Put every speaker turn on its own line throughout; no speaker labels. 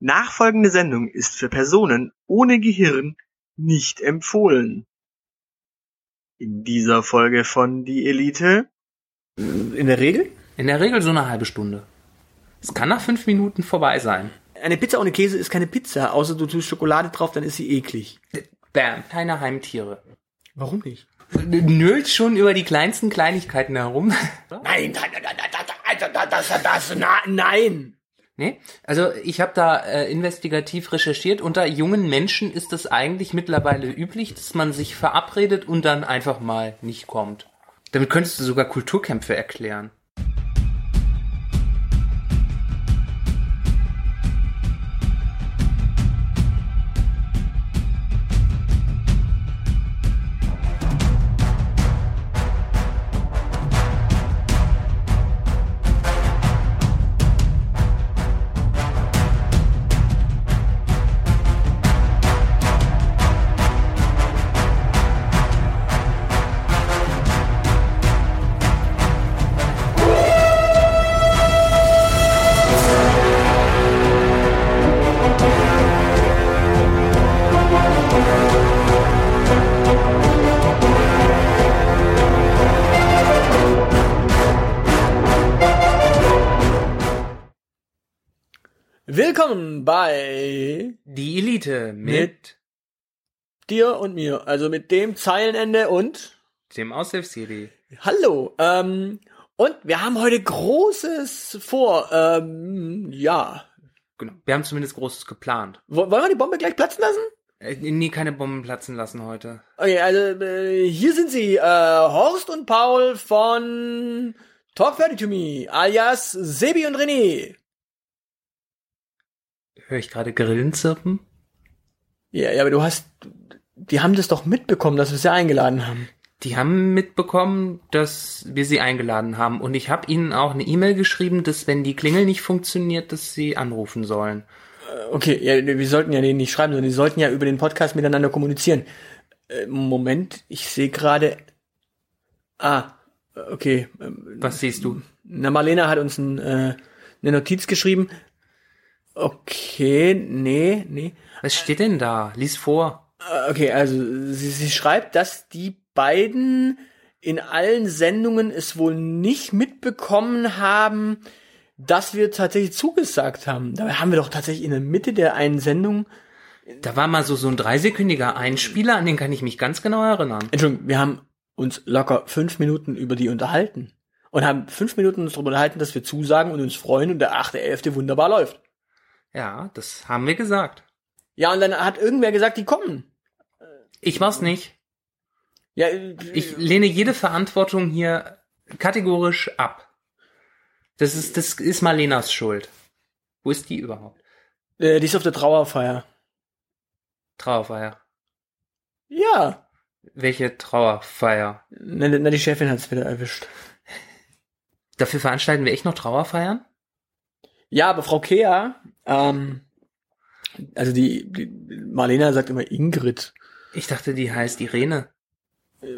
Nachfolgende Sendung ist für Personen ohne Gehirn nicht empfohlen. In dieser Folge von Die Elite
In der Regel?
In der Regel so eine halbe Stunde. Es kann nach fünf Minuten vorbei sein.
Eine Pizza ohne Käse ist keine Pizza, außer du tust Schokolade drauf, dann ist sie eklig.
Bam, keine Heimtiere.
Warum nicht?
Nölt schon über die kleinsten Kleinigkeiten herum.
Nein, nein, nein, nein, nein, nein, das, das, das, na, nein.
Nee, also ich habe da äh, investigativ recherchiert. Unter jungen Menschen ist es eigentlich mittlerweile üblich, dass man sich verabredet und dann einfach mal nicht kommt. Damit könntest du sogar Kulturkämpfe erklären.
Willkommen bei
Die Elite
Mit? dir und mir, also mit dem Zeilenende und
dem Aushilfs-CD.
Hallo. Ähm, und wir haben heute Großes vor. Ähm, ja.
Genau. Wir haben zumindest Großes geplant.
Wo- Wollen wir die Bombe gleich platzen lassen?
Äh, nee, keine Bomben platzen lassen heute.
Okay, also äh, hier sind sie, äh, Horst und Paul von Talk Dirty to Me, alias Sebi und René.
Höre ich gerade Grillen zirpen?
Ja, ja, aber du hast, die haben das doch mitbekommen, dass wir sie eingeladen haben.
Die haben mitbekommen, dass wir sie eingeladen haben. Und ich habe ihnen auch eine E-Mail geschrieben, dass wenn die Klingel nicht funktioniert, dass sie anrufen sollen.
Äh, Okay, ja, wir sollten ja denen nicht schreiben, sondern die sollten ja über den Podcast miteinander kommunizieren. Äh, Moment, ich sehe gerade, ah, okay, ähm,
Was siehst du?
Na, Marlena hat uns ein, äh, eine Notiz geschrieben. Okay, nee, nee.
Was steht denn da? Lies vor.
Äh, Okay, also sie, sie schreibt, dass die beiden in allen Sendungen es wohl nicht mitbekommen haben, dass wir tatsächlich zugesagt haben. Dabei haben wir doch tatsächlich in der Mitte der einen Sendung,
Da war mal so, so ein dreisekündiger Einspieler, an den kann ich mich ganz genau erinnern.
Entschuldigung, wir haben uns locker fünf Minuten über die unterhalten. Und haben fünf Minuten uns darüber unterhalten, dass wir zusagen und uns freuen und der 8.11. wunderbar läuft.
Ja, das haben wir gesagt.
Ja, und dann hat irgendwer gesagt, die kommen.
Ich mach's nicht.
Ja,
Ich lehne jede Verantwortung hier kategorisch ab. Das ist, das ist Marlenas Schuld. Wo ist die überhaupt?
äh, die ist auf der Trauerfeier.
Trauerfeier.
Ja.
Welche Trauerfeier?
Na, na die Chefin hat's wieder erwischt.
Dafür veranstalten wir echt noch Trauerfeiern?
Ja, aber Frau Kea, ähm, also die, die Marlena sagt immer Ingrid.
Ich dachte, die heißt Irene.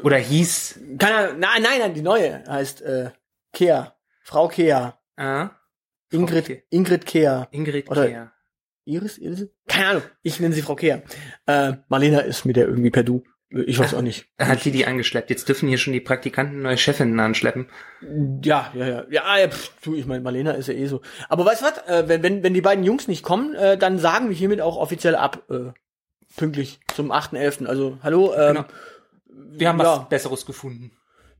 Oder hieß.
Keine Ahnung, nein, nein, nein, die neue heißt äh, Kea. Frau Kea.
Äh,
Ingrid,
Kea.
Ingrid Kea.
Ingrid
Oder-
Kehr.
Iris, Iris? Keine Ahnung, ich nenne sie Frau Kea. Äh, Marlena ist mit der irgendwie per Du. Ich weiß auch nicht.
Hat die die angeschleppt? Jetzt dürfen hier schon die Praktikanten neue Chefinnen anschleppen.
Ja, ja, ja. Ja, ja, pf, du, ich meine, Marlena ist ja eh so. Aber weißt du was, äh, wenn, wenn, wenn die beiden Jungs nicht kommen, äh, dann sagen wir hiermit auch offiziell ab. Äh, pünktlich zum 8.11. Also, hallo. Ähm,
Genau. Wir haben
ja.
was Besseres gefunden.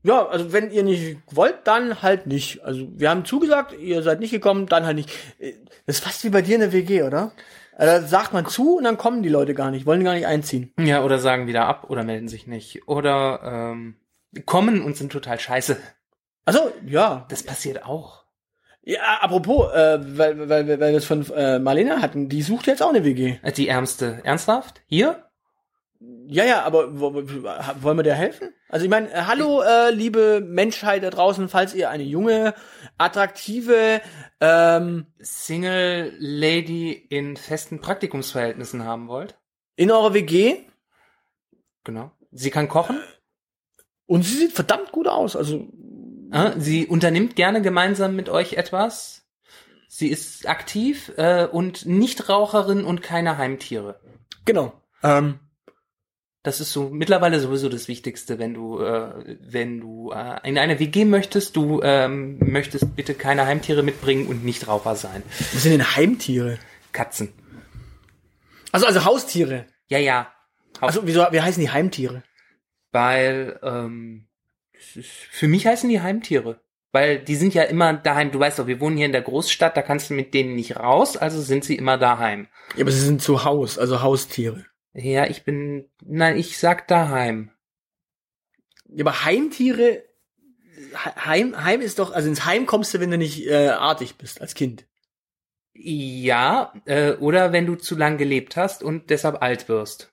Ja, also wenn ihr nicht wollt, dann halt nicht. Also wir haben zugesagt, ihr seid nicht gekommen, dann halt nicht. Äh, Das ist fast wie bei dir in der WG, oder? Also, da sagt man zu und dann kommen die Leute gar nicht, wollen gar nicht einziehen.
Ja, oder sagen wieder ab oder melden sich nicht. Oder ähm, kommen und sind total scheiße.
Also ja.
Das passiert auch.
Ja, apropos, äh, weil, weil, weil wir es von äh, Marlena hatten, die sucht jetzt auch eine WG.
Äh, Die Ärmste. Ernsthaft? Hier?
Ja, ja, aber wo- wo- wo- wollen wir dir helfen? Also ich meine, äh, hallo, äh, liebe Menschheit da draußen, falls ihr eine junge, attraktive, ähm,
Single Lady in festen Praktikumsverhältnissen haben wollt.
in eurer WG
Genau. Sie kann kochen.
und sie sieht verdammt gut aus. Also
Ah, Äh, Sie unternimmt gerne gemeinsam mit euch etwas. Sie ist aktiv äh, und Nichtraucherin und keine Heimtiere.
Genau. Ähm,
Das ist so mittlerweile sowieso das Wichtigste, wenn du äh, wenn du äh, in einer WG möchtest, du ähm, möchtest bitte keine Heimtiere mitbringen und Nichtraucher sein.
was sind denn Heimtiere?
Katzen.
Also, also Haustiere.
Ja, ja.
Also, wieso, wie heißen die Heimtiere?
Weil ähm, es ist- für mich heißen die Heimtiere. Weil die sind ja immer daheim. Du weißt doch, wir wohnen hier in der Großstadt, da kannst du mit denen nicht raus, also sind sie immer daheim.
Ja, aber sie sind zu Haus, also Haustiere.
Ja, ich bin. Nein, ich sag daheim.
Ja, aber Heimtiere, He- Heim, Heim ist doch, also ins Heim kommst du, wenn du nicht äh, artig bist als Kind.
Ja, äh, oder wenn du zu lang gelebt hast und deshalb alt wirst.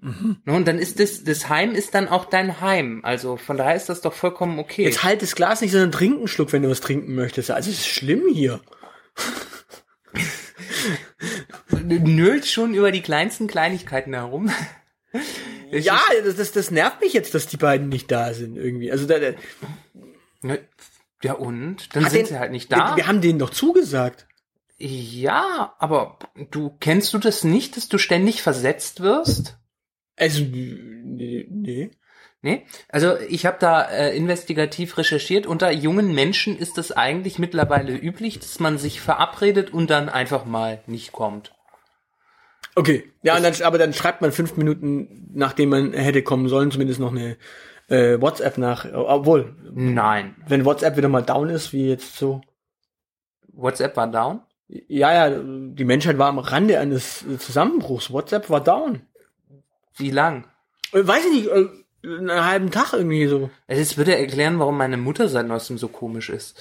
Mhm.
Ne, Und dann ist das, das Heim ist dann auch dein Heim. Also von daher ist das doch vollkommen okay.
Jetzt halt das Glas nicht, sondern trink einen Schluck, wenn du was trinken möchtest. Also es ist schlimm hier.
Nölt schon über die kleinsten Kleinigkeiten herum. Es
ja, das, das, das nervt mich jetzt, dass die beiden nicht da sind irgendwie. Also da, da,
Ne, Ja und? Dann
hat
sind
den-
sie halt nicht da.
Wir, wir haben denen doch zugesagt.
ja, aber du kennst du das nicht, dass du ständig versetzt wirst?
Also, nee. nee.
Nee, also ich habe da äh, investigativ recherchiert. Unter jungen Menschen ist es eigentlich mittlerweile üblich, dass man sich verabredet und dann einfach mal nicht kommt.
Okay, ja, und dann, aber dann schreibt man fünf Minuten, nachdem man hätte kommen sollen, zumindest noch eine äh, WhatsApp nach. Obwohl,
Nein.
wenn WhatsApp wieder mal down ist, wie jetzt so.
WhatsApp war down?
Ja, ja, die Menschheit war am Rande eines äh, Zusammenbruchs. WhatsApp war down.
Wie lang?
Äh, Weiß ich nicht, äh, einen halben Tag irgendwie so.
Also Es würde erklären, warum meine Mutter seit neuestem so komisch ist.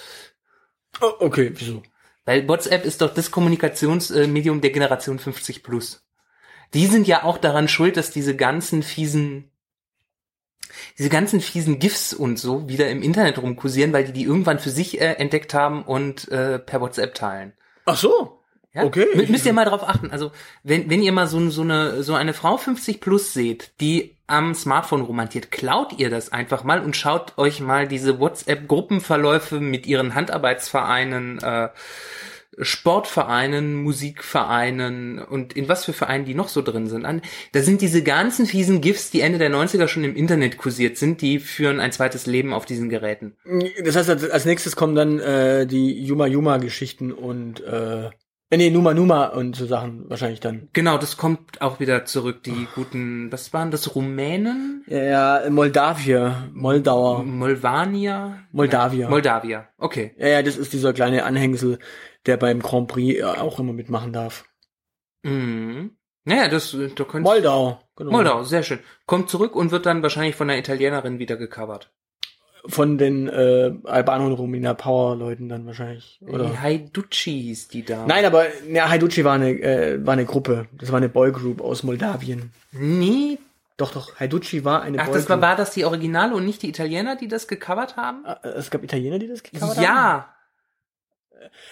Oh, okay, wieso?
Weil WhatsApp ist doch das Kommunikationsmedium der Generation 50 plus. Die sind ja auch daran schuld, dass diese ganzen fiesen, diese ganzen fiesen GIFs und so wieder im Internet rumkursieren, weil die die irgendwann für sich äh, entdeckt haben und äh, per WhatsApp teilen.
Ach so.
Ja?
Okay.
Mü- müsst ihr mal drauf achten. Also wenn, wenn ihr mal so, so eine so eine Frau 50 plus seht, die am Smartphone romantiert, klaut ihr das einfach mal und schaut euch mal diese WhatsApp-Gruppenverläufe mit ihren Handarbeitsvereinen, äh, Sportvereinen, Musikvereinen und in was für Vereinen die noch so drin sind an. Da sind diese ganzen fiesen GIFs, die Ende der 90er schon im Internet kursiert sind, die führen ein zweites Leben auf diesen Geräten.
Das heißt, als als nächstes kommen dann äh, die Yuma Yuma Geschichten und äh, äh, nee, Numa Numa und so Sachen wahrscheinlich dann.
Genau, das kommt auch wieder zurück. Die guten, was waren das, Rumänen?
Ja, ja, Moldawier, Moldauer,
Molvania?
Moldawia.
Moldavia, okay.
ja, ja, das ist dieser kleine Anhängsel, der beim Grand Prix äh, auch immer mitmachen darf.
Mhm. Naja, das, äh, da könnt
Moldau, genau.
Moldau, sehr schön. Kommt zurück und wird dann wahrscheinlich von einer Italienerin wieder gecovert.
Von den äh, Albaner und Romina Power Leuten dann wahrscheinlich, oder?
Die Haiducci hieß die da.
Nein, aber ja, Haiduchi war eine äh, war eine Gruppe. Das war eine Boygroup aus Moldawien.
Nee.
Doch, doch, Haiduchi war eine
Ach, das war, war das die Originale und nicht die Italiener, die das gecovert haben?
Äh, Es gab Italiener, die das gecovert haben?
ja.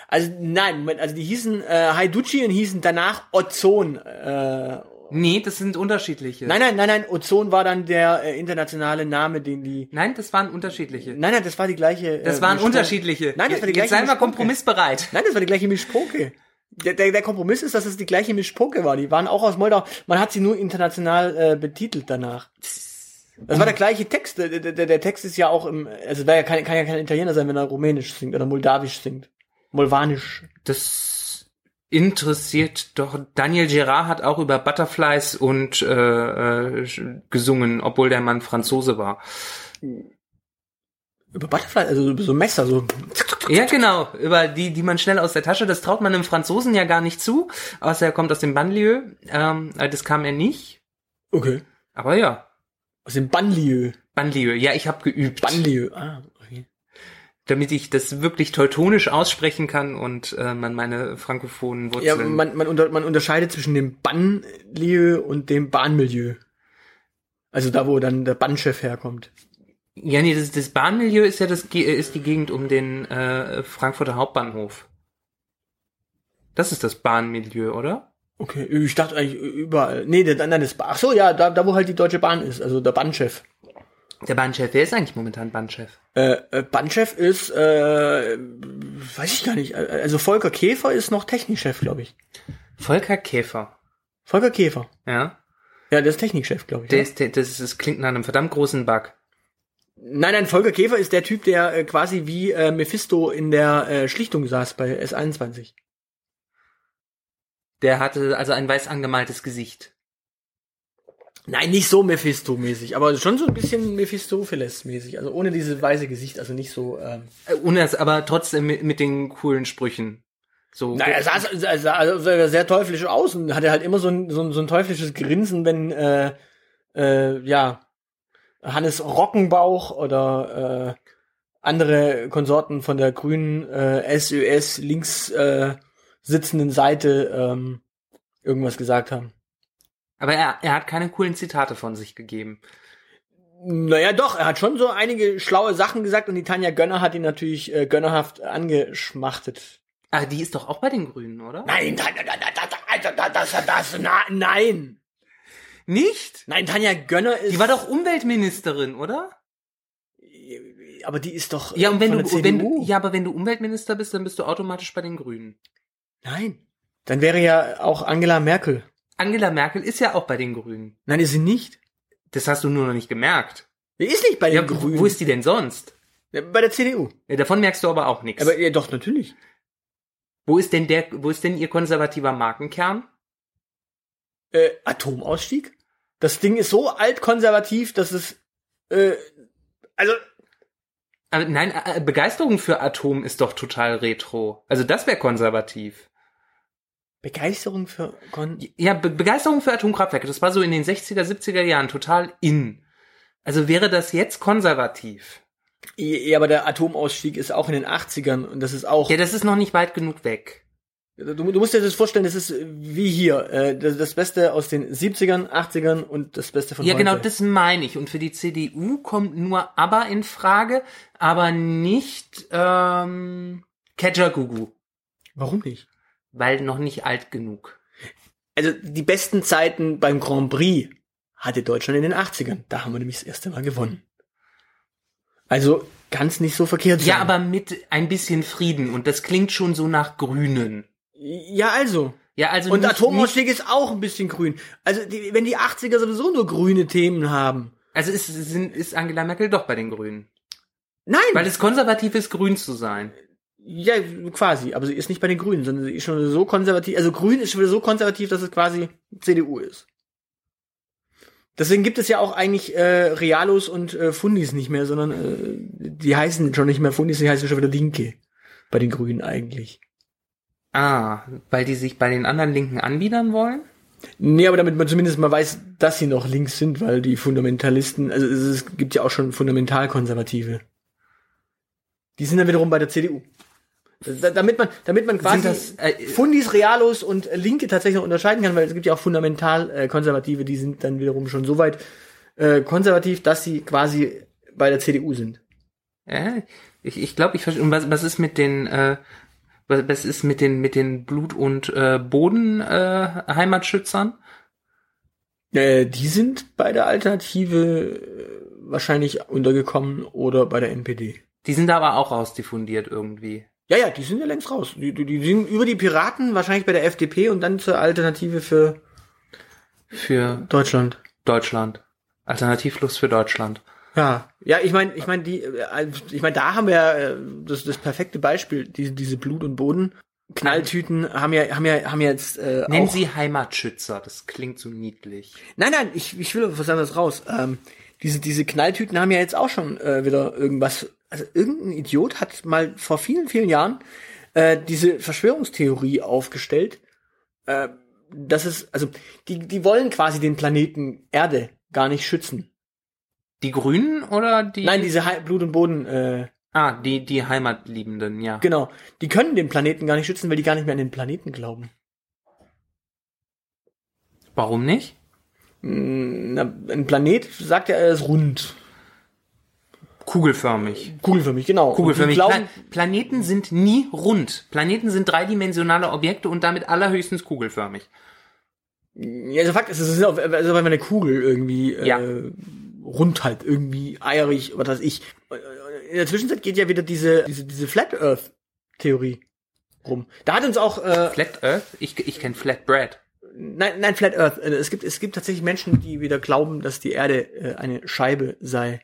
Also nein, Moment, also die hießen äh, Haiduchi und hießen danach Ozon. Äh,
Nee, das sind unterschiedliche.
nein, nein, nein, nein, Ozon war dann der äh, internationale Name, den die.
Nein, das waren unterschiedliche.
Nein, nein, das war die gleiche.
Das
äh,
waren
Mischpoke.
unterschiedliche.
Nein, das war die gleiche.
Jetzt sei mal
Mischpoke.
kompromissbereit.
Nein, das war die gleiche Mischpoke. Der, der, der Kompromiss ist, dass es die gleiche Mischpoke war. Die waren auch aus Moldau. Man hat sie nur international äh, betitelt danach. Das war der gleiche Text. Der, der, der der Text ist ja auch im, also da ja kann, kann ja kein Italiener sein, wenn er Rumänisch singt oder Moldawisch singt. Molvanisch.
Das interessiert doch. Daniel Gerard hat auch über Butterflies und äh, äh, gesungen, obwohl der Mann Franzose war.
Über Butterfly, also über so ein Messer, so.
Ja, genau. Über die, die man schnell aus der Tasche. Das traut man einem Franzosen ja gar nicht zu, außer er kommt aus dem Banlieue. Ähm, äh, das kam er nicht.
Okay.
Aber ja,
Aus dem Banlieu.
Banlieue. Ja, ich habe geübt,
Banlieu. Ah, okay.
damit ich das wirklich teutonisch aussprechen kann und äh, man meine frankophonen
Ja,
Wurzeln.
man, man, unter, man unterscheidet zwischen dem Banlieu und dem Bahnmilieu. Also da, wo dann der Bahnchef herkommt.
ja nee, das, das Bahnmilieu ist ja das Ge- ist die Gegend um den äh, Frankfurter Hauptbahnhof. Das ist das Bahnmilieu, oder?
Okay, ich dachte eigentlich überall. Nee, der, nein, das, ach so, ja, da, da wo halt die Deutsche Bahn ist, also der Bahnchef.
Der Bahnchef, wer ist eigentlich momentan Bahnchef?
Äh, äh, Bandchef ist, äh, weiß ich gar nicht. Äh, Also Volker Käfer ist noch Technikchef, glaube ich.
Volker Käfer.
Volker Käfer.
Ja.
Ja, der ist Technikchef, glaube ich.
Der
ja.
ist, der, das, ist, das klingt nach einem verdammt großen Bug.
Nein, nein, Volker Käfer ist der Typ, der äh, quasi wie äh, Mephisto in der äh, Schlichtung saß bei S21.
Der hatte also ein weiß angemaltes Gesicht.
Nein, nicht so Mephisto-mäßig, aber schon so ein bisschen Mephistopheles-mäßig. Also ohne dieses weiße Gesicht, also nicht so. Ähm,
Äh, Ohne das, aber trotzdem mit, mit den coolen Sprüchen. So.
Naja, er sah, er sah, er sah sehr teuflisch aus und hatte halt immer so ein, so ein, so ein teuflisches Grinsen, wenn, äh, äh, ja, Hannes Rockenbauch oder äh, andere Konsorten von der grünen äh, SÖS links äh, sitzenden Seite ähm, irgendwas gesagt haben.
Aber er, er hat keine coolen Zitate von sich gegeben.
Naja, doch, er hat schon so einige schlaue Sachen gesagt und die Tanja Gönner hat ihn natürlich äh, gönnerhaft angeschmachtet.
Ah, die ist doch auch bei den Grünen, oder?
Nein, Tanja, da- da- da- da- das, das, das, na, nein.
Nicht?
Nein, Tanja Gönner ist.
Die war doch Umweltministerin, oder?
Aber die ist doch.
Ja, und wenn
von
du,
der
und wenn du,
CDU.
ja, aber wenn du Umweltminister bist, dann bist du automatisch bei den Grünen.
Nein. Dann wäre ja auch Angela Merkel.
Angela Merkel ist ja auch bei den Grünen.
Nein, ist sie nicht.
Das hast du nur noch nicht gemerkt.
Die ist nicht bei den
Ja,
Grünen.
wo ist die denn sonst?
Bei der CDU.
Ja, davon merkst du aber auch nichts.
Aber ja, doch, natürlich.
Wo ist denn der, wo ist denn ihr konservativer Markenkern?
Äh, Atomausstieg? Das Ding ist so altkonservativ, dass es. Äh, also,
Aber nein, äh, Begeisterung für Atom ist doch total retro. Also das wäre konservativ.
Begeisterung für Kon.
Ja, Be Begeisterung für Atomkraftwerke, das war so in den 60er, 70er Jahren total in. Also wäre das jetzt konservativ?
Ja, aber der Atomausstieg ist auch in den 80ern und das ist auch.
Ja, das ist noch nicht weit genug weg.
Du, du musst dir das vorstellen, das ist äh, wie hier. Äh, das, das Beste aus den 70ern, 80ern und das Beste von
Ja,
heute.
genau, das meine ich. Und für die CDU kommt nur aber in Frage, aber nicht ähm, Kajagugu,
Warum nicht?
weil noch nicht alt genug.
also die besten Zeiten beim Grand Prix hatte Deutschland in den 80ern. Da haben wir nämlich das erste Mal gewonnen. Also kann es nicht so verkehrt sein.
Ja, aber mit ein bisschen Frieden. Und das klingt schon so nach Grünen.
Ja, also.
Ja, also
Und
nicht, nicht,
Atomausstieg ist auch ein bisschen grün. Also die, wenn die 80er sowieso nur grüne Themen haben.
also ist, sind, ist Angela Merkel doch bei den Grünen.
Nein!
Weil es konservativ ist, grün zu sein.
ja, quasi. Aber sie ist nicht bei den Grünen, sondern sie ist schon so konservativ. Also grün ist schon wieder so konservativ, dass es quasi CDU ist. Deswegen gibt es ja auch eigentlich äh, Realos und äh, Fundis nicht mehr, sondern äh, die heißen schon nicht mehr Fundis, die heißen schon wieder Linke. Bei den Grünen eigentlich.
Ah, weil die sich bei den anderen Linken anbiedern wollen?
Nee, aber damit man zumindest mal weiß, dass sie noch links sind, weil die Fundamentalisten, also es, es gibt ja auch schon Fundamentalkonservative. Die sind dann wiederum bei der CDU. Da, damit man, damit man quasi
das, äh,
Fundis, Realos und Linke tatsächlich noch unterscheiden kann, weil es gibt ja auch Fundamentalkonservative, die sind dann wiederum schon so weit äh, konservativ, dass sie quasi bei der CDU sind.
Äh, ich ich glaube, ich verstehe. Und was, was ist mit den, äh, was, was ist mit den, mit den Blut- und äh, Bodenheimatschützern? Äh, Heimatschützern?
Äh, die sind bei der Alternative äh, wahrscheinlich untergekommen oder bei der NPD.
die sind da aber auch ausdiffundiert irgendwie.
Ja, ja, die sind ja längst raus. Die, die, die sind über die Piraten, wahrscheinlich bei der FDP und dann zur Alternative für
Für
Deutschland.
Deutschland. Alternativlos für Deutschland.
Ja. Ja, ich meine, ich meine, die, äh, ich meine, da haben wir äh, das, das perfekte Beispiel, diese, diese Blut und Boden. Knalltüten haben ja, haben ja, haben ja jetzt äh,
Nennen
auch.
sie Heimatschützer, das klingt so niedlich.
Nein, nein, ich, ich will was anderes raus. Ähm, diese, diese Knalltüten haben ja jetzt auch schon äh, wieder irgendwas. Also irgendein Idiot hat mal vor vielen, vielen Jahren äh, diese Verschwörungstheorie aufgestellt. Äh, das ist, also, die, die wollen quasi den Planeten Erde gar nicht schützen.
Die Grünen oder die?
Nein, diese Hei- Blut und Boden, äh,
Ah, die, die Heimatliebenden, ja.
genau. Die können den Planeten gar nicht schützen, weil die gar nicht mehr an den Planeten glauben.
Warum nicht?
Mm, Na, ein Planet, sagt ja, er ist rund.
Kugelförmig.
Kugelförmig, genau.
Kugelförmig.
Und die glauben,
Pla Planeten sind nie rund. Planeten sind dreidimensionale Objekte und damit allerhöchstens kugelförmig.
Ja, also Fakt ist, es ist auf, also wenn man eine Kugel irgendwie
Ja.
äh, rund halt irgendwie eierig, was weiß ich. In der Zwischenzeit geht ja wieder diese, diese, diese Flat Earth Theorie rum. Da hat uns auch, äh,
Flat Earth? Ich, ich kenne Flat Bread.
nein, nein, Flat Earth. Äh, Es gibt, es gibt tatsächlich Menschen, die wieder glauben, dass die Erde äh, eine Scheibe sei.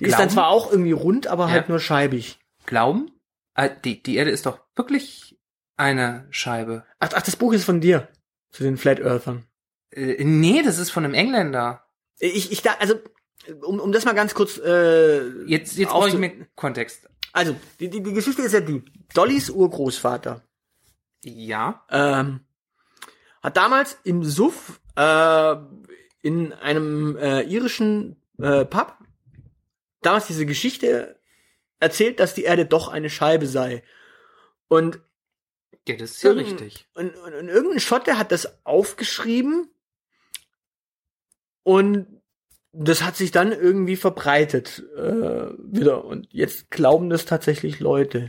Die ist dann
Glauben?
zwar auch irgendwie rund, aber halt
Ja.
nur scheibig.
Glauben? Ah, die, die Erde ist doch wirklich eine Scheibe.
Ach, ach, das Buch ist von dir. Zu den Flat Earthern.
Äh, nee, das ist von einem Engländer.
Ich, ich da, also, um, um das mal ganz kurz, äh,
Jetzt, jetzt
aufzu-
brauche ich mir Kontext.
Also, die, die, die Geschichte ist ja die. Dollys Urgroßvater
Ja.
ähm, hat damals im Suff äh, in einem äh, irischen äh, Pub damals diese Geschichte erzählt, dass die Erde doch eine Scheibe sei. Und
Ja, das ist ja
Irgend-
richtig.
Und, und, und irgendein Schotte hat das aufgeschrieben und das hat sich dann irgendwie verbreitet äh, wieder. Und jetzt glauben das tatsächlich Leute.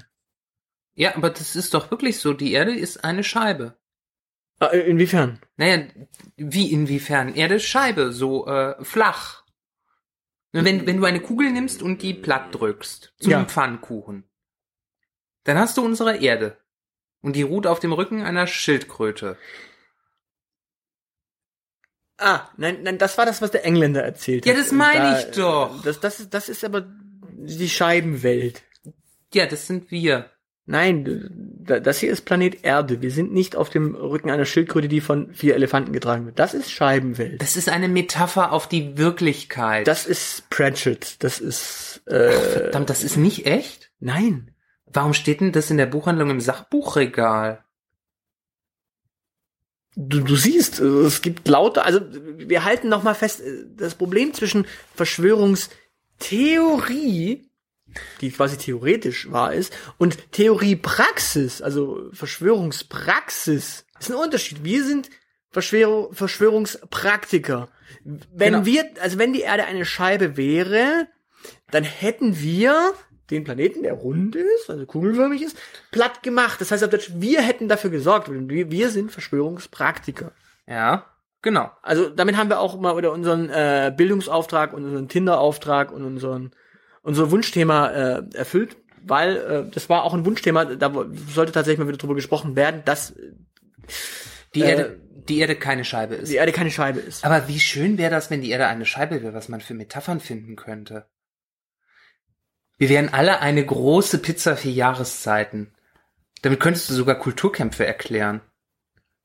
Ja, aber das ist doch wirklich so. Die Erde ist eine Scheibe.
Äh, inwiefern?
Naja, wie inwiefern? Erde ist Scheibe, so äh, flach. Wenn, wenn du eine Kugel nimmst und die platt drückst zum
Ja.
Pfannkuchen, dann hast du unsere Erde. Und die ruht auf dem Rücken einer Schildkröte.
Ah, nein, nein, das war das, was der Engländer erzählt
Ja,
hat.
das
Und
meine
da- äh,
ich doch.
Das, das, ist, das ist aber die Scheibenwelt.
Ja, das sind wir.
Nein, da- das hier ist Planet Erde. Wir sind nicht auf dem Rücken einer Schildkröte, die von vier Elefanten getragen wird. Das ist Scheibenwelt.
Das ist eine Metapher auf die Wirklichkeit.
Das äh, ist Pratchett. Das ist. Äh,
Verdammt, das ist nicht echt?
nein.
Warum steht denn das in der Buchhandlung im Sachbuchregal?
Du, du siehst, also es gibt lauter. Also wir halten noch mal fest, äh, das Problem zwischen Verschwörungstheorie, die quasi theoretisch wahr ist, und Theoriepraxis, also Verschwörungspraxis, ist ein Unterschied. Wir sind Verschwör Verschwörungspraktiker. Wenn
Genau.
wir, also wenn die Erde eine Scheibe wäre, dann hätten wir den Planeten, der rund ist, also kugelförmig ist, platt gemacht. Das heißt auf Deutsch, wir hätten dafür gesorgt. Wir, wir sind Verschwörungspraktiker.
Ja, genau.
Also damit haben wir auch mal wieder unseren äh, Bildungsauftrag und unseren Tinder-Auftrag und unseren unser Wunschthema äh, erfüllt, weil äh, das war auch ein Wunschthema, da wo- sollte tatsächlich mal wieder drüber gesprochen werden, dass
Die,
Äh,
Erde, die Erde keine Scheibe ist.
die Erde keine Scheibe ist.
Aber wie schön wäre das, wenn die Erde eine Scheibe wäre, was man für Metaphern finden könnte. Wir wären alle eine große Pizza für Jahreszeiten. Damit könntest du sogar Kulturkämpfe erklären.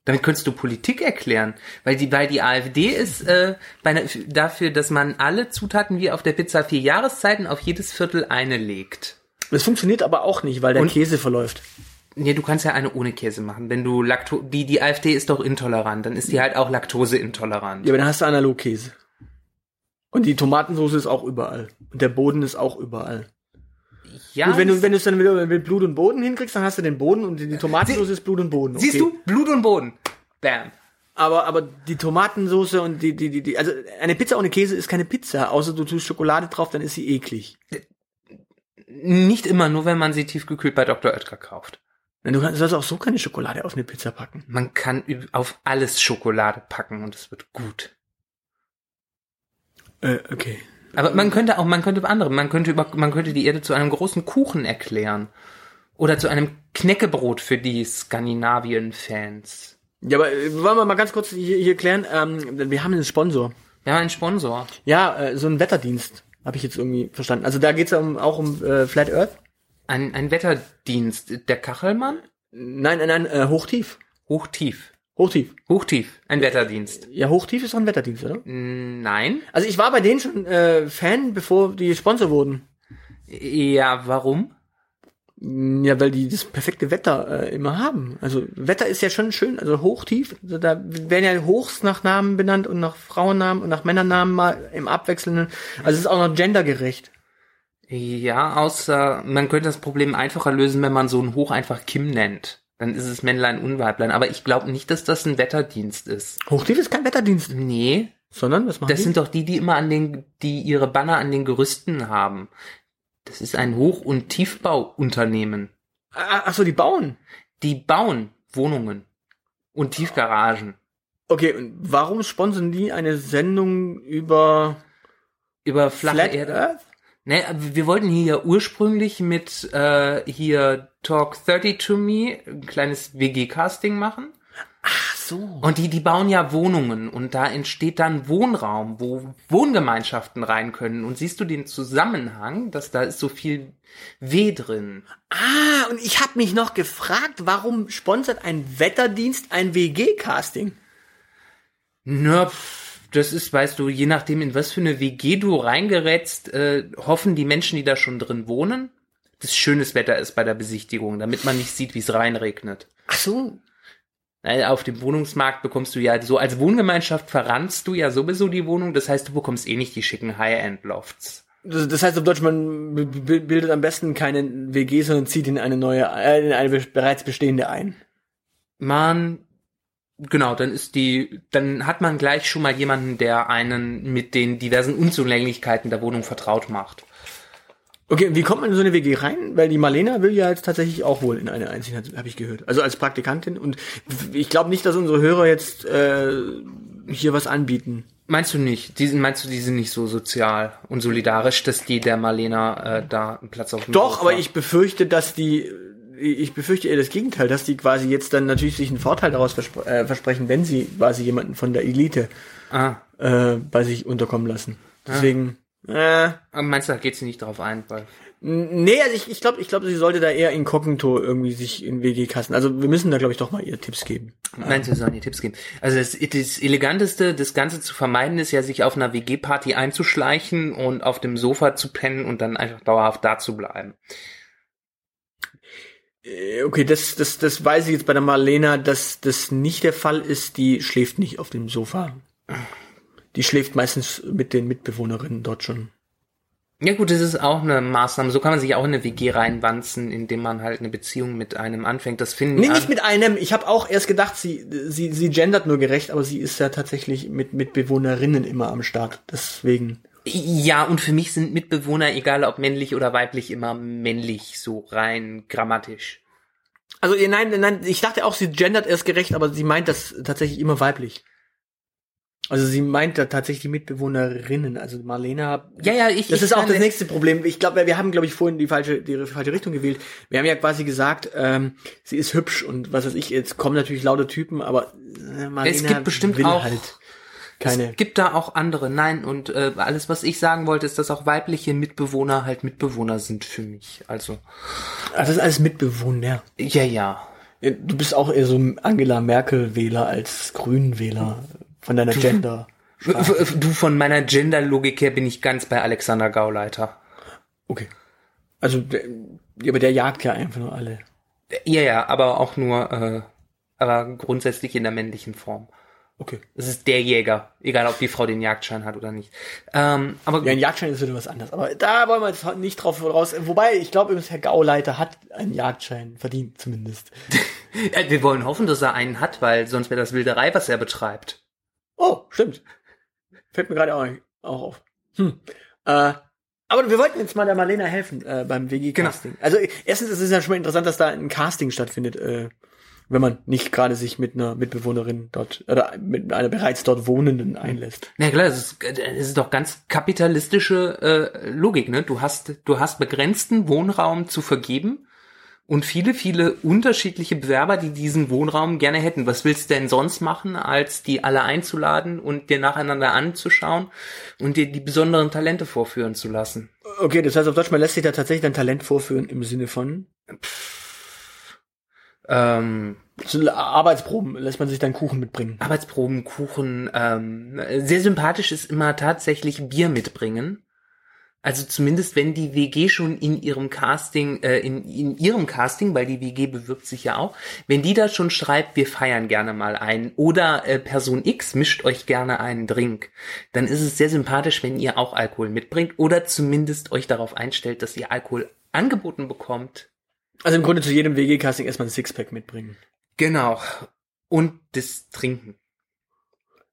Damit könntest du Politik erklären, weil die, weil die AfD ist äh, bei einer, dafür, dass man alle Zutaten wie auf der Pizza vier Jahreszeiten auf jedes Viertel eine legt.
Das funktioniert aber auch nicht, weil der
Und-
Käse verläuft.
Nee, du kannst ja eine ohne Käse machen. Wenn du Lacto die, die AfD ist doch intolerant, dann ist die halt auch laktoseintolerant.
Ja, aber dann hast du Analogkäse. Und die Tomatensoße ist auch überall. Und der Boden ist auch überall.
Ja,
Gut, wenn du wenn du es dann wieder mit Blut und Boden hinkriegst, dann hast du den Boden und die Tomatensoße ist Blut und Boden.
siehst
okay.
du? Blut und Boden. Bam.
Aber aber die Tomatensoße und die die die, die also eine Pizza ohne Käse ist keine Pizza, außer du tust Schokolade drauf, dann ist sie eklig.
Nicht immer nur, wenn man sie tiefgekühlt bei Dr. Oetker kauft.
Nein, Du kannst- du sollst auch so keine Schokolade auf eine Pizza packen.
Man kann üb- auf alles Schokolade packen und es wird gut.
Äh, okay.
Aber man könnte auch, man könnte andere, man könnte über, man könnte die Erde zu einem großen Kuchen erklären. Oder zu einem Knäckebrot für die Skandinavien-Fans.
Ja, aber äh, wollen wir mal ganz kurz hier, hier klären. Ähm, wir haben einen Sponsor.
Wir haben einen Sponsor.
Ja, äh, so ein Wetterdienst habe ich jetzt irgendwie verstanden. Also da geht's ja um, auch um äh, Flat Earth.
Ein, ein Wetterdienst. Der Kachelmann?
Nein, nein, nein, äh, hochtief.
Hochtief.
Hochtief.
Hochtief. Ein Wetterdienst.
Ja, hochtief ist doch ein Wetterdienst, oder?
Nein.
Also ich war bei denen schon äh, Fan, bevor die Sponsor wurden.
Ja, warum?
Ja, weil die das perfekte Wetter äh, immer haben. Also Wetter ist ja schon schön, also hochtief. Also da werden ja Hochs nach Namen benannt und nach Frauennamen und nach Männernamen mal im Abwechselnden. Also es ist auch noch gendergerecht.
Ja, außer man könnte das Problem einfacher lösen, wenn man so ein Hoch einfach Kim nennt. Dann ist es Männlein, Unweiblein. Aber ich glaube nicht, dass das ein Wetterdienst ist.
Hochtief ist kein Wetterdienst,
Nee,
sondern was machen
das
die?
sind doch die, die immer an den, die ihre Banner an den Gerüsten haben. Das ist ein Hoch- und Tiefbauunternehmen.
Ah, ach so, die bauen.
Die bauen Wohnungen und Tiefgaragen.
Okay, und warum sponsern die eine Sendung über
über flache
Flat
Erde.
Earth?
Ne, wir wollten hier ja ursprünglich mit äh, hier Talk 30 to Me ein kleines WG-Casting machen.
Ach so.
Und die, die bauen ja Wohnungen und da entsteht dann Wohnraum, wo Wohngemeinschaften rein können. Und siehst du den Zusammenhang, dass da ist so viel W drin?
Ah, und ich habe mich noch gefragt, warum sponsert ein Wetterdienst ein WG-Casting?
Nö, pf, das ist, weißt du, je nachdem, in was für eine WG du reingerätst, äh, hoffen die Menschen, die da schon drin wohnen, dass schönes Wetter ist bei der Besichtigung, damit man nicht sieht, wie es reinregnet.
Ach so.
Weil auf dem Wohnungsmarkt bekommst du ja so als Wohngemeinschaft verrannst du ja sowieso die Wohnung. Das heißt, du bekommst eh nicht die schicken High-End-Lofts.
Das das heißt auf Deutsch, man b- b- bildet am besten keine WG, sondern zieht in eine neue, äh, in eine be- bereits bestehende ein.
Man, genau, dann ist die, dann hat man gleich schon mal jemanden, der einen mit den diversen Unzulänglichkeiten der Wohnung vertraut macht.
Okay, wie kommt man in so eine WG rein? Weil die Marlena will ja jetzt tatsächlich auch wohl in eine einziehen, habe ich gehört. Also als Praktikantin. Und ich glaube nicht, dass unsere Hörer jetzt äh, hier was anbieten.
Meinst du nicht? Die sind, meinst du, die sind nicht so sozial und solidarisch, dass die der Marlena äh, da einen Platz auf dem
Doch,
Hof
aber
hat?
ich befürchte, dass die, ich befürchte eher das Gegenteil, dass die quasi jetzt dann natürlich sich einen Vorteil daraus verspre äh, versprechen, wenn sie quasi jemanden von der Elite
Ah,
äh, bei sich unterkommen lassen. Deswegen, äh,
aber ah, meinst du, da geht sie nicht drauf ein? Weil
n- nee, also ich, ich glaube, ich glaube, sie sollte da eher inkognito irgendwie sich in WG kassen. Also wir müssen da, glaube ich, doch mal ihr Tipps geben.
Meinst du, wir sollen dir Tipps geben? Also das, das Eleganteste, das Ganze zu vermeiden, ist ja, sich auf einer WG-Party einzuschleichen und auf dem Sofa zu pennen und dann einfach dauerhaft da zu bleiben.
Äh, Okay, das, das, das weiß ich jetzt bei der Marlena, dass das nicht der Fall ist. Die schläft nicht auf dem Sofa. Die schläft meistens mit den Mitbewohnerinnen dort schon.
Ja gut, das ist auch eine Maßnahme. So kann man sich auch in eine WG reinwanzen, indem man halt eine Beziehung mit einem anfängt. Das finden
Nee,
an-
nicht mit einem. Ich habe auch erst gedacht, sie, sie, sie gendert nur gerecht, aber sie ist ja tatsächlich mit Mitbewohnerinnen immer am Start. Deswegen.
Ja, und für mich sind Mitbewohner, egal ob männlich oder weiblich, immer männlich, so rein grammatisch.
Also ihr- nein, nein, ich dachte auch, sie gendert erst gerecht, aber sie meint das tatsächlich immer weiblich. Also sie meint da tatsächlich die Mitbewohnerinnen. Also Marlena.
Ja, ja, ich.
Das
ich
ist auch
kann-
das nächste Problem. Ich glaube, wir haben, glaube ich, vorhin die falsche, die falsche Richtung gewählt. Wir haben ja quasi gesagt, ähm, sie ist hübsch und was weiß ich. Jetzt kommen natürlich lauter Typen, aber äh, Marlena
Es gibt bestimmt
will
auch-
halt keine.
Es gibt da auch andere. Nein, und äh, alles, was ich sagen wollte, ist, dass auch weibliche Mitbewohner halt Mitbewohner sind für mich. Also,
Also das ist alles Mitbewohner.
ja, ja.
Ja, Du bist auch eher so ein Angela Merkel-Wähler als Grünen-Wähler von deiner Gender.
F- f- Du, von meiner Gender-Logik her bin ich ganz bei Alexander Gauleiter.
Okay. Also, der, ja, aber der jagt ja einfach nur alle.
Äh, Ja, ja, aber auch nur, äh, aber grundsätzlich in der männlichen Form.
Okay.
Es ist der Jäger, egal ob die Frau den Jagdschein hat oder nicht. Ähm, aber
Ja, ein Jagdschein ist wieder was anderes. Aber da wollen wir jetzt halt nicht drauf raus. Wobei, ich glaube, übrigens, Herr Gauleiter hat einen Jagdschein verdient, zumindest.
äh, wir wollen hoffen, dass er einen hat, weil sonst wäre das Wilderei, was er betreibt.
Oh, stimmt. Fällt mir gerade auch, auch auf. Hm. Äh, aber wir wollten jetzt mal der Marlena helfen äh, beim WG-Casting. Also äh, erstens ist es ja schon mal interessant, dass da ein Casting stattfindet, äh, wenn man nicht gerade sich mit einer Mitbewohnerin dort oder mit einer bereits dort Wohnenden einlässt.
Na klar, das ist, das ist doch ganz kapitalistische äh, Logik, ne? Du hast, du hast begrenzten Wohnraum zu vergeben und viele, viele unterschiedliche Bewerber, die diesen Wohnraum gerne hätten. Was willst du denn sonst machen, als die alle einzuladen und dir nacheinander anzuschauen und dir die besonderen Talente vorführen zu lassen?
Okay, das heißt auf Deutsch, man lässt sich da tatsächlich dann Talent vorführen im Sinne von
Ähm,
zu Arbeitsproben lässt man sich dann Kuchen mitbringen.
Arbeitsproben, Kuchen, ähm, sehr sympathisch ist immer tatsächlich Bier mitbringen. Also zumindest wenn die WG schon in ihrem Casting, äh, in, in ihrem Casting, weil die WG bewirbt sich ja auch, wenn die da schon schreibt, wir feiern gerne mal einen oder äh, Person X mischt euch gerne einen Drink, dann ist es sehr sympathisch, wenn ihr auch Alkohol mitbringt oder zumindest euch darauf einstellt, dass ihr Alkohol angeboten bekommt.
Also im Grunde zu jedem WG-Casting erstmal ein Sixpack mitbringen.
Genau. Und das Trinken.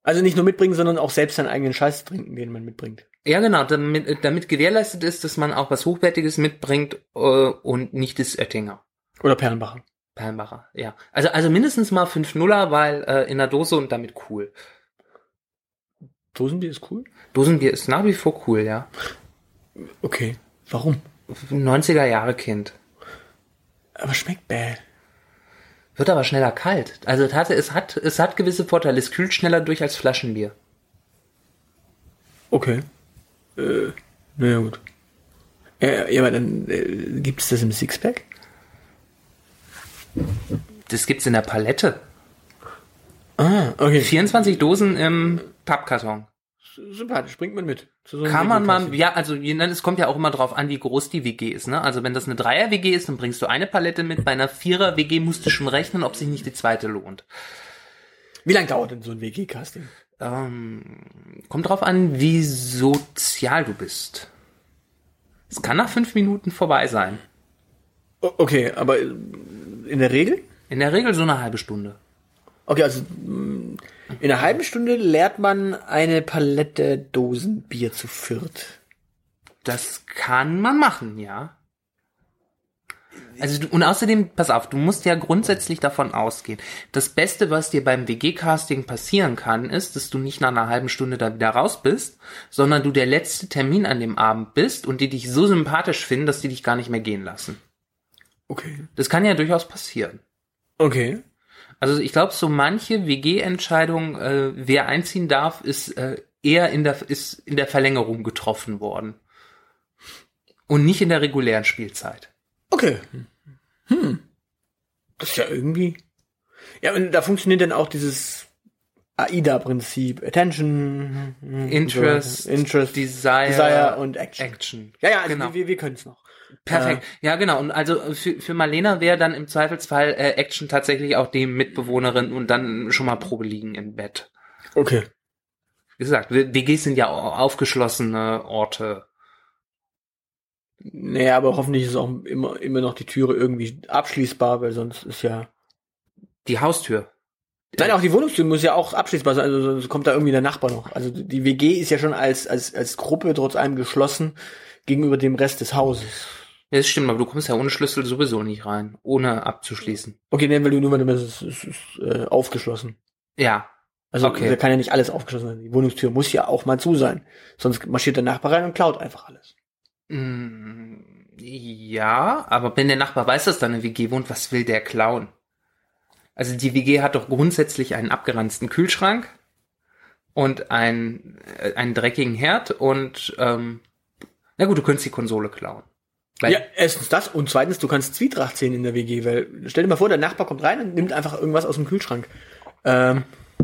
Also nicht nur mitbringen, sondern auch selbst seinen eigenen Scheiß trinken, den man mitbringt.
Ja, genau, damit, damit gewährleistet ist, dass man auch was Hochwertiges mitbringt äh, und nicht das Oettinger.
Oder Perlenbacher.
Perlmacher, ja. Also, also mindestens mal 5 Nuller, weil äh, in der Dose und damit cool.
Dosenbier ist cool?
Dosenbier ist nach wie vor cool, ja.
Okay. Warum?
90er Jahre Kind.
Aber schmeckt bäh.
Wird aber schneller kalt. Also es hat, es hat, es hat gewisse Vorteile. Es kühlt schneller durch als Flaschenbier.
Okay. Äh, naja, gut. Äh, ja, aber dann äh, gibt es das im Sixpack?
Das gibt's in der Palette.
Ah, okay.
24 Dosen im Pappkarton.
Sympathisch, bringt man mit. Zu so einem
Kann man mal,
Mikroklassik.
ja, also je- nein, es kommt ja auch immer drauf an, wie groß die WG ist, ne? Also wenn das eine Dreier-WG ist, dann bringst du eine Palette mit. Bei einer Vierer-WG musst du schon rechnen, ob sich nicht die zweite lohnt.
Wie lange dauert denn so ein WG-Casting?
Ähm, kommt drauf an, wie sozial du bist. Es kann nach fünf Minuten vorbei sein.
O- Okay, aber äh, in der Regel?
In der Regel so eine halbe Stunde.
Okay, also mh, in einer halben Stunde leert man eine Palette Dosen Bier zu viert.
Das kann man machen, ja. Also du, und außerdem, pass auf, du musst ja grundsätzlich davon ausgehen. Das Beste, was dir beim WG-Casting passieren kann, ist, dass du nicht nach einer halben Stunde da wieder raus bist, sondern du der letzte Termin an dem Abend bist und die dich so sympathisch finden, dass die dich gar nicht mehr gehen lassen.
Okay.
Das kann ja durchaus passieren.
Okay.
Also ich glaube, so manche WG-Entscheidung, äh, wer einziehen darf, ist äh, eher in der, ist in der Verlängerung getroffen worden. Und nicht in der regulären Spielzeit.
Okay. Hm. Das ist ja irgendwie. Ja, und da funktioniert dann auch dieses AIDA-Prinzip. Attention, und so
Interest,
weiter. Interest,
Desire,
Desire und Action.
Action.
Ja, ja, also
genau.
wir, wir können es noch.
Perfekt. Ja, genau. Und also äh, für, für Marlena wäre dann im Zweifelsfall äh, Action tatsächlich auch die Mitbewohnerin und dann schon mal Probe liegen im Bett.
Okay.
Wie gesagt, W- WGs sind ja au- aufgeschlossene Orte.
Naja, aber hoffentlich ist auch immer, immer noch die Türe irgendwie abschließbar, weil sonst ist ja.
Die Haustür.
Nein, auch die Wohnungstür muss ja auch abschließbar sein, also sonst kommt da irgendwie der Nachbar noch. Also die WG ist ja schon als, als, als Gruppe trotz allem geschlossen gegenüber dem Rest des Hauses.
Ja, das stimmt, aber du kommst ja ohne Schlüssel sowieso nicht rein, ohne abzuschließen.
Okay, nehmen wir die Nummer, das ist, ist, ist äh, aufgeschlossen.
Ja,
Also
Okay.
da kann ja nicht alles aufgeschlossen sein. Die Wohnungstür muss ja auch mal zu sein. Sonst marschiert der Nachbar rein und klaut einfach alles.
Mm, Ja, aber wenn der Nachbar weiß, dass da eine WG wohnt, was will der klauen? Also die WG hat doch grundsätzlich einen abgeranzten Kühlschrank und einen, äh, einen dreckigen Herd und ähm, na gut, du könntest die Konsole klauen. Weil,
ja, erstens das und zweitens, du kannst Zwietracht sehen in der WG, weil stell dir mal vor, der Nachbar kommt rein und nimmt einfach irgendwas aus dem Kühlschrank. Ähm,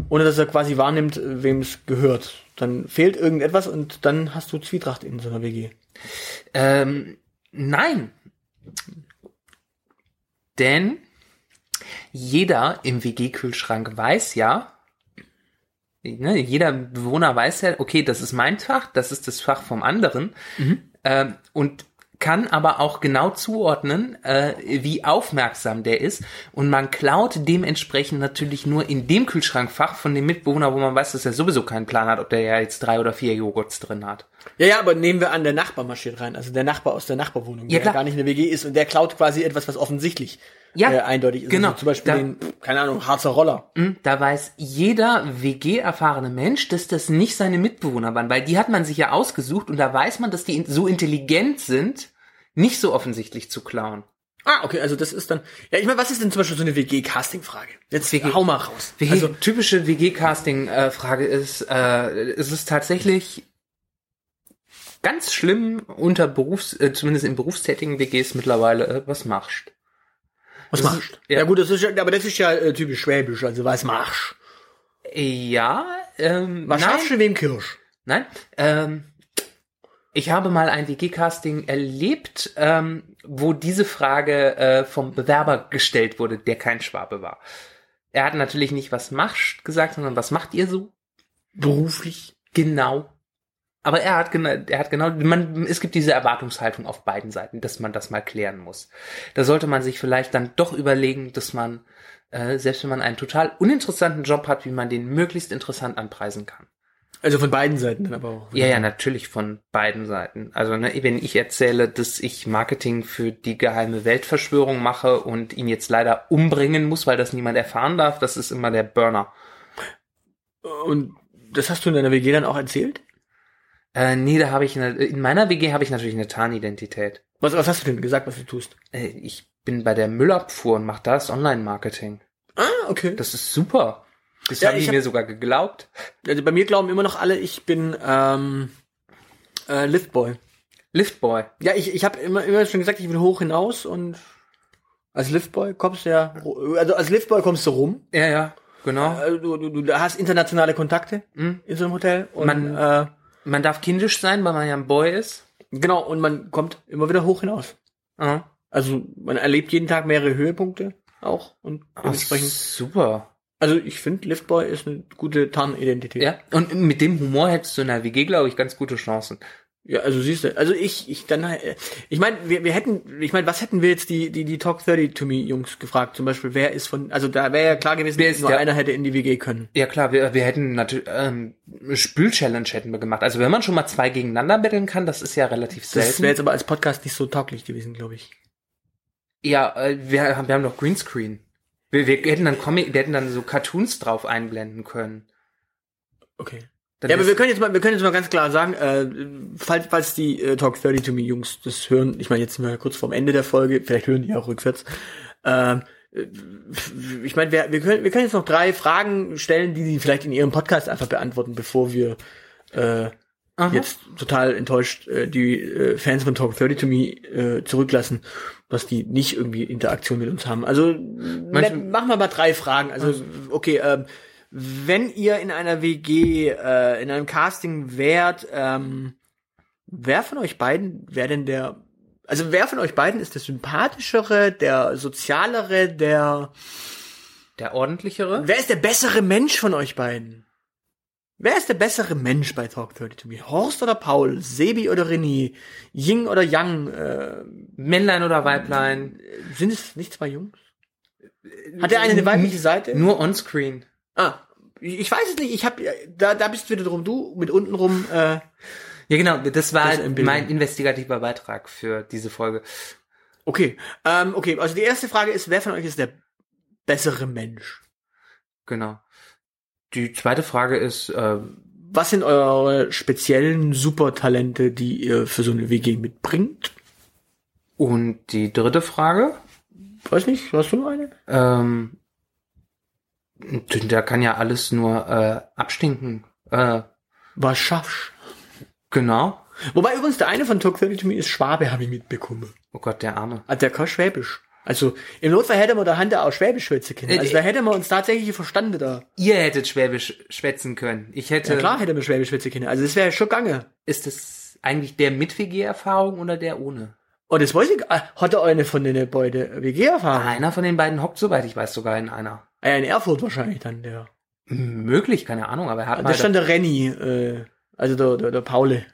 ohne dass er quasi wahrnimmt, wem es gehört. Dann fehlt irgendetwas und dann hast du Zwietracht in so einer WG.
Ähm, nein. Denn jeder im WG-Kühlschrank weiß ja, ne, jeder Bewohner weiß ja, okay, das ist mein Fach, das ist das Fach vom anderen. Ähm, und kann aber auch genau zuordnen, äh, wie aufmerksam der ist. Und man klaut dementsprechend natürlich nur in dem Kühlschrankfach von dem Mitbewohner, wo man weiß, dass er sowieso keinen Plan hat, ob der ja jetzt drei oder vier Joghurts drin hat.
Ja, ja, aber nehmen wir an, der Nachbar marschiert rein, also der Nachbar aus der Nachbarwohnung,
Ja,
der
klar.
gar nicht in der WG ist und der klaut quasi etwas, was offensichtlich
Ja,
äh, eindeutig ist.
genau.
Also zum Beispiel
Da-
den, pff, keine Ahnung, Harzer Roller.
Mhm, Da weiß jeder WG-erfahrene Mensch, dass das nicht seine Mitbewohner waren, weil die hat man sich ja ausgesucht und da weiß man, dass die in- so intelligent sind, nicht so offensichtlich zu klauen.
Ah, okay, also das ist dann. Ja, ich meine, was ist denn zum Beispiel so eine WG-Casting-Frage? Jetzt
WG
hau mal raus.
WG,
Also,
typische WG-Casting-Frage ist, äh, es ist tatsächlich ganz schlimm unter Berufs-, äh, zumindest in berufstätigen WGs mittlerweile, äh, was machst.
was
das
machst
ist-
du?
ja.
Ja. gut, das ist ja, aber das ist ja äh, typisch schwäbisch, also was machst
Ja, ähm,
du? Was
nein.
schaffst du wem Kirsch?
Nein. Ähm, ich habe mal ein WG-Casting erlebt, ähm, wo diese Frage äh, vom Bewerber gestellt wurde, der kein Schwabe war. Er hat natürlich nicht was machst gesagt, sondern was macht ihr so?
Beruflich.
Genau. Aber er hat genau, er hat genau, man, es gibt diese Erwartungshaltung auf beiden Seiten, dass man das mal klären muss. Da sollte man sich vielleicht dann doch überlegen, dass man, äh, selbst wenn man einen total uninteressanten Job hat, wie man den möglichst interessant anpreisen kann.
Also von beiden Seiten dann aber auch.
Ja, ja, natürlich von beiden Seiten. Also ne, wenn ich erzähle, dass ich Marketing für die geheime Weltverschwörung mache und ihn jetzt leider umbringen muss, weil das niemand erfahren darf, das ist immer der Burner.
Und das hast du in deiner WG dann auch erzählt?
Äh, nee, da habe ich eine, in meiner WG habe ich natürlich eine Tarnidentität.
Was, was hast du denn gesagt, was du tust?
Äh, ich bin bei der Müllabfuhr und mache da das Online-Marketing.
Ah, okay.
Das ist super. Das
Ja,
haben
ich
die
hab-
mir sogar geglaubt.
Also bei mir glauben immer noch alle, ich bin ähm, äh, Liftboy.
Liftboy.
Ja, ich, ich habe immer, immer schon gesagt, ich will hoch hinaus und als Liftboy kommst du ja, ru- also als Liftboy kommst du rum.
Ja, ja, genau.
Äh, Du, du, du hast internationale Kontakte
Mhm.
in so einem Hotel. Und,
Man-
äh,
Man darf kindisch sein, weil man ja ein Boy ist.
genau, und man kommt immer wieder hoch hinaus.
Ah.
Also man erlebt jeden Tag mehrere Höhepunkte auch und
Ah,
dementsprechend.
super.
Also ich finde, Liftboy ist eine gute Tarnidentität.
Ja. Und mit dem Humor hättest du in der WG, glaube ich, ganz gute Chancen.
Ja, also siehst du, also ich, ich dann, äh, ich meine, wir, wir hätten, ich meine, was hätten wir jetzt die, die, die Talk 30 to me Jungs gefragt? Zum Beispiel, wer ist von, also da wäre ja klar gewesen,
Wer ist
nur
der-
einer hätte in die WG können.
Ja klar, wir, wir hätten natürlich ähm, Spül-Challenge hätten wir gemacht. Also wenn man schon mal zwei gegeneinander betteln kann, das ist ja relativ
Das wäre
selten.
jetzt aber als Podcast nicht so tauglich gewesen, glaube ich.
Ja, äh, wir haben wir haben noch Greenscreen. Wir, wir hätten dann Comic, wir hätten dann so Cartoons drauf einblenden können.
Okay.
Dann
ja, aber
ist-
wir können jetzt mal, wir können jetzt mal ganz klar sagen, äh, falls, falls die äh, Talk 30 to me Jungs das hören, ich meine, jetzt sind wir kurz vorm Ende der Folge, vielleicht hören die auch rückwärts. Äh, ich meine, wir, wir, können, wir können jetzt noch drei Fragen stellen, die sie vielleicht in ihrem Podcast einfach beantworten, bevor wir äh,
Aha.
jetzt total enttäuscht äh, die äh, Fans von Talk 30 to Me äh, zurücklassen, dass die nicht irgendwie Interaktion mit uns haben. Also
Manche-
ne- machen wir mal drei Fragen. Also okay, ähm, wenn ihr in einer WG, äh, in einem Casting wärt, ähm, wer von euch beiden wäre denn der, also wer von euch beiden ist der sympathischere, der sozialere, der,
der ordentlichere.
wer ist der bessere Mensch von euch beiden? Wer ist der bessere Mensch bei Talk 30 to Me? Horst oder Paul? Sebi oder René? Ying oder Yang? Äh,
Männlein oder Weiblein.
sind es nicht zwei Jungs? Hat der eine eine weibliche Seite?
Nur onscreen.
Ah, ich ich weiß es nicht. Ich hab, da, da bist du wieder drum. Du mit unten rum. Äh,
Ja genau, das war
Das ist ein Bild.
mein investigativer Beitrag für diese Folge.
okay, ähm, okay. Also die erste Frage ist, wer von euch ist der bessere Mensch?
Genau. Die zweite Frage ist, äh,
Was sind eure speziellen Supertalente, die ihr für so eine WG mitbringt?
und die dritte Frage,
Weiß nicht, hast du noch eine?
Ähm, da kann ja alles nur äh, abstinken. Äh,
Was schaffst
genau.
Wobei übrigens der eine von Talk 30 to Me ist Schwabe, habe ich mitbekommen.
Oh Gott, der Arme.
Also der kann Schwäbisch. Also im Notfall hätte man der Hand auch Schwäbisch schwätzen
Äh,
können. Also da hätte man uns tatsächlich verstanden da.
Ihr hättet Schwäbisch schwätzen können. Ich hätte.
Ja klar hätte man Schwäbisch schwätzen können. Also das wäre schon gange.
Ist das eigentlich der mit WG-Erfahrung oder der ohne?
Und das weiß ich, ah, hat er eine von den Beute WG erfahren?
Einer von den beiden hockt, soweit ich weiß, sogar in einer.
Ah, ja, in Erfurt wahrscheinlich dann, der.
Möglich, keine Ahnung, aber er hat
Da
mal.
stand der Renny, äh, also der, der, der Paule.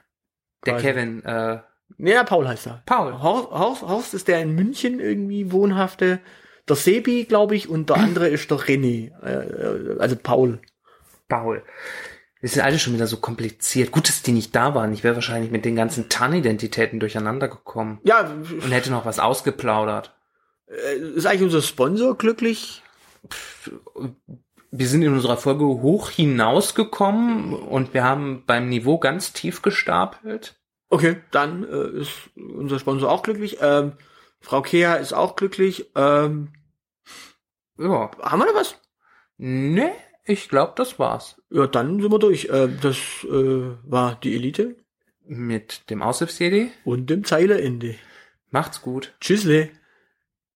der
quasi.
Kevin, äh,
Nee, der Paul heißt er.
Paul.
Horst, Horst, Horst ist der in München irgendwie wohnhafte, der Sebi, glaube ich, und der andere ist der René, äh, äh, also Paul.
Paul. Das ist alles schon wieder so kompliziert. Gut, dass die nicht da waren. Ich wäre wahrscheinlich mit den ganzen Tarnidentitäten durcheinander gekommen
Ja,
und hätte noch was ausgeplaudert.
Äh, ist eigentlich unser Sponsor glücklich?
wir sind in unserer Folge hoch hinausgekommen und wir haben beim Niveau ganz tief gestapelt.
Okay. Dann äh, ist unser Sponsor auch glücklich. Ähm, Frau Kea ist auch glücklich. Ähm,
Ja.
haben wir noch was?
Ne, ich glaube, das war's.
Ja, dann sind wir durch. Ähm, das äh, war die Elite
Mit dem Aushilfs-CD.
und dem Zeileende.
Macht's gut.
Tschüssle.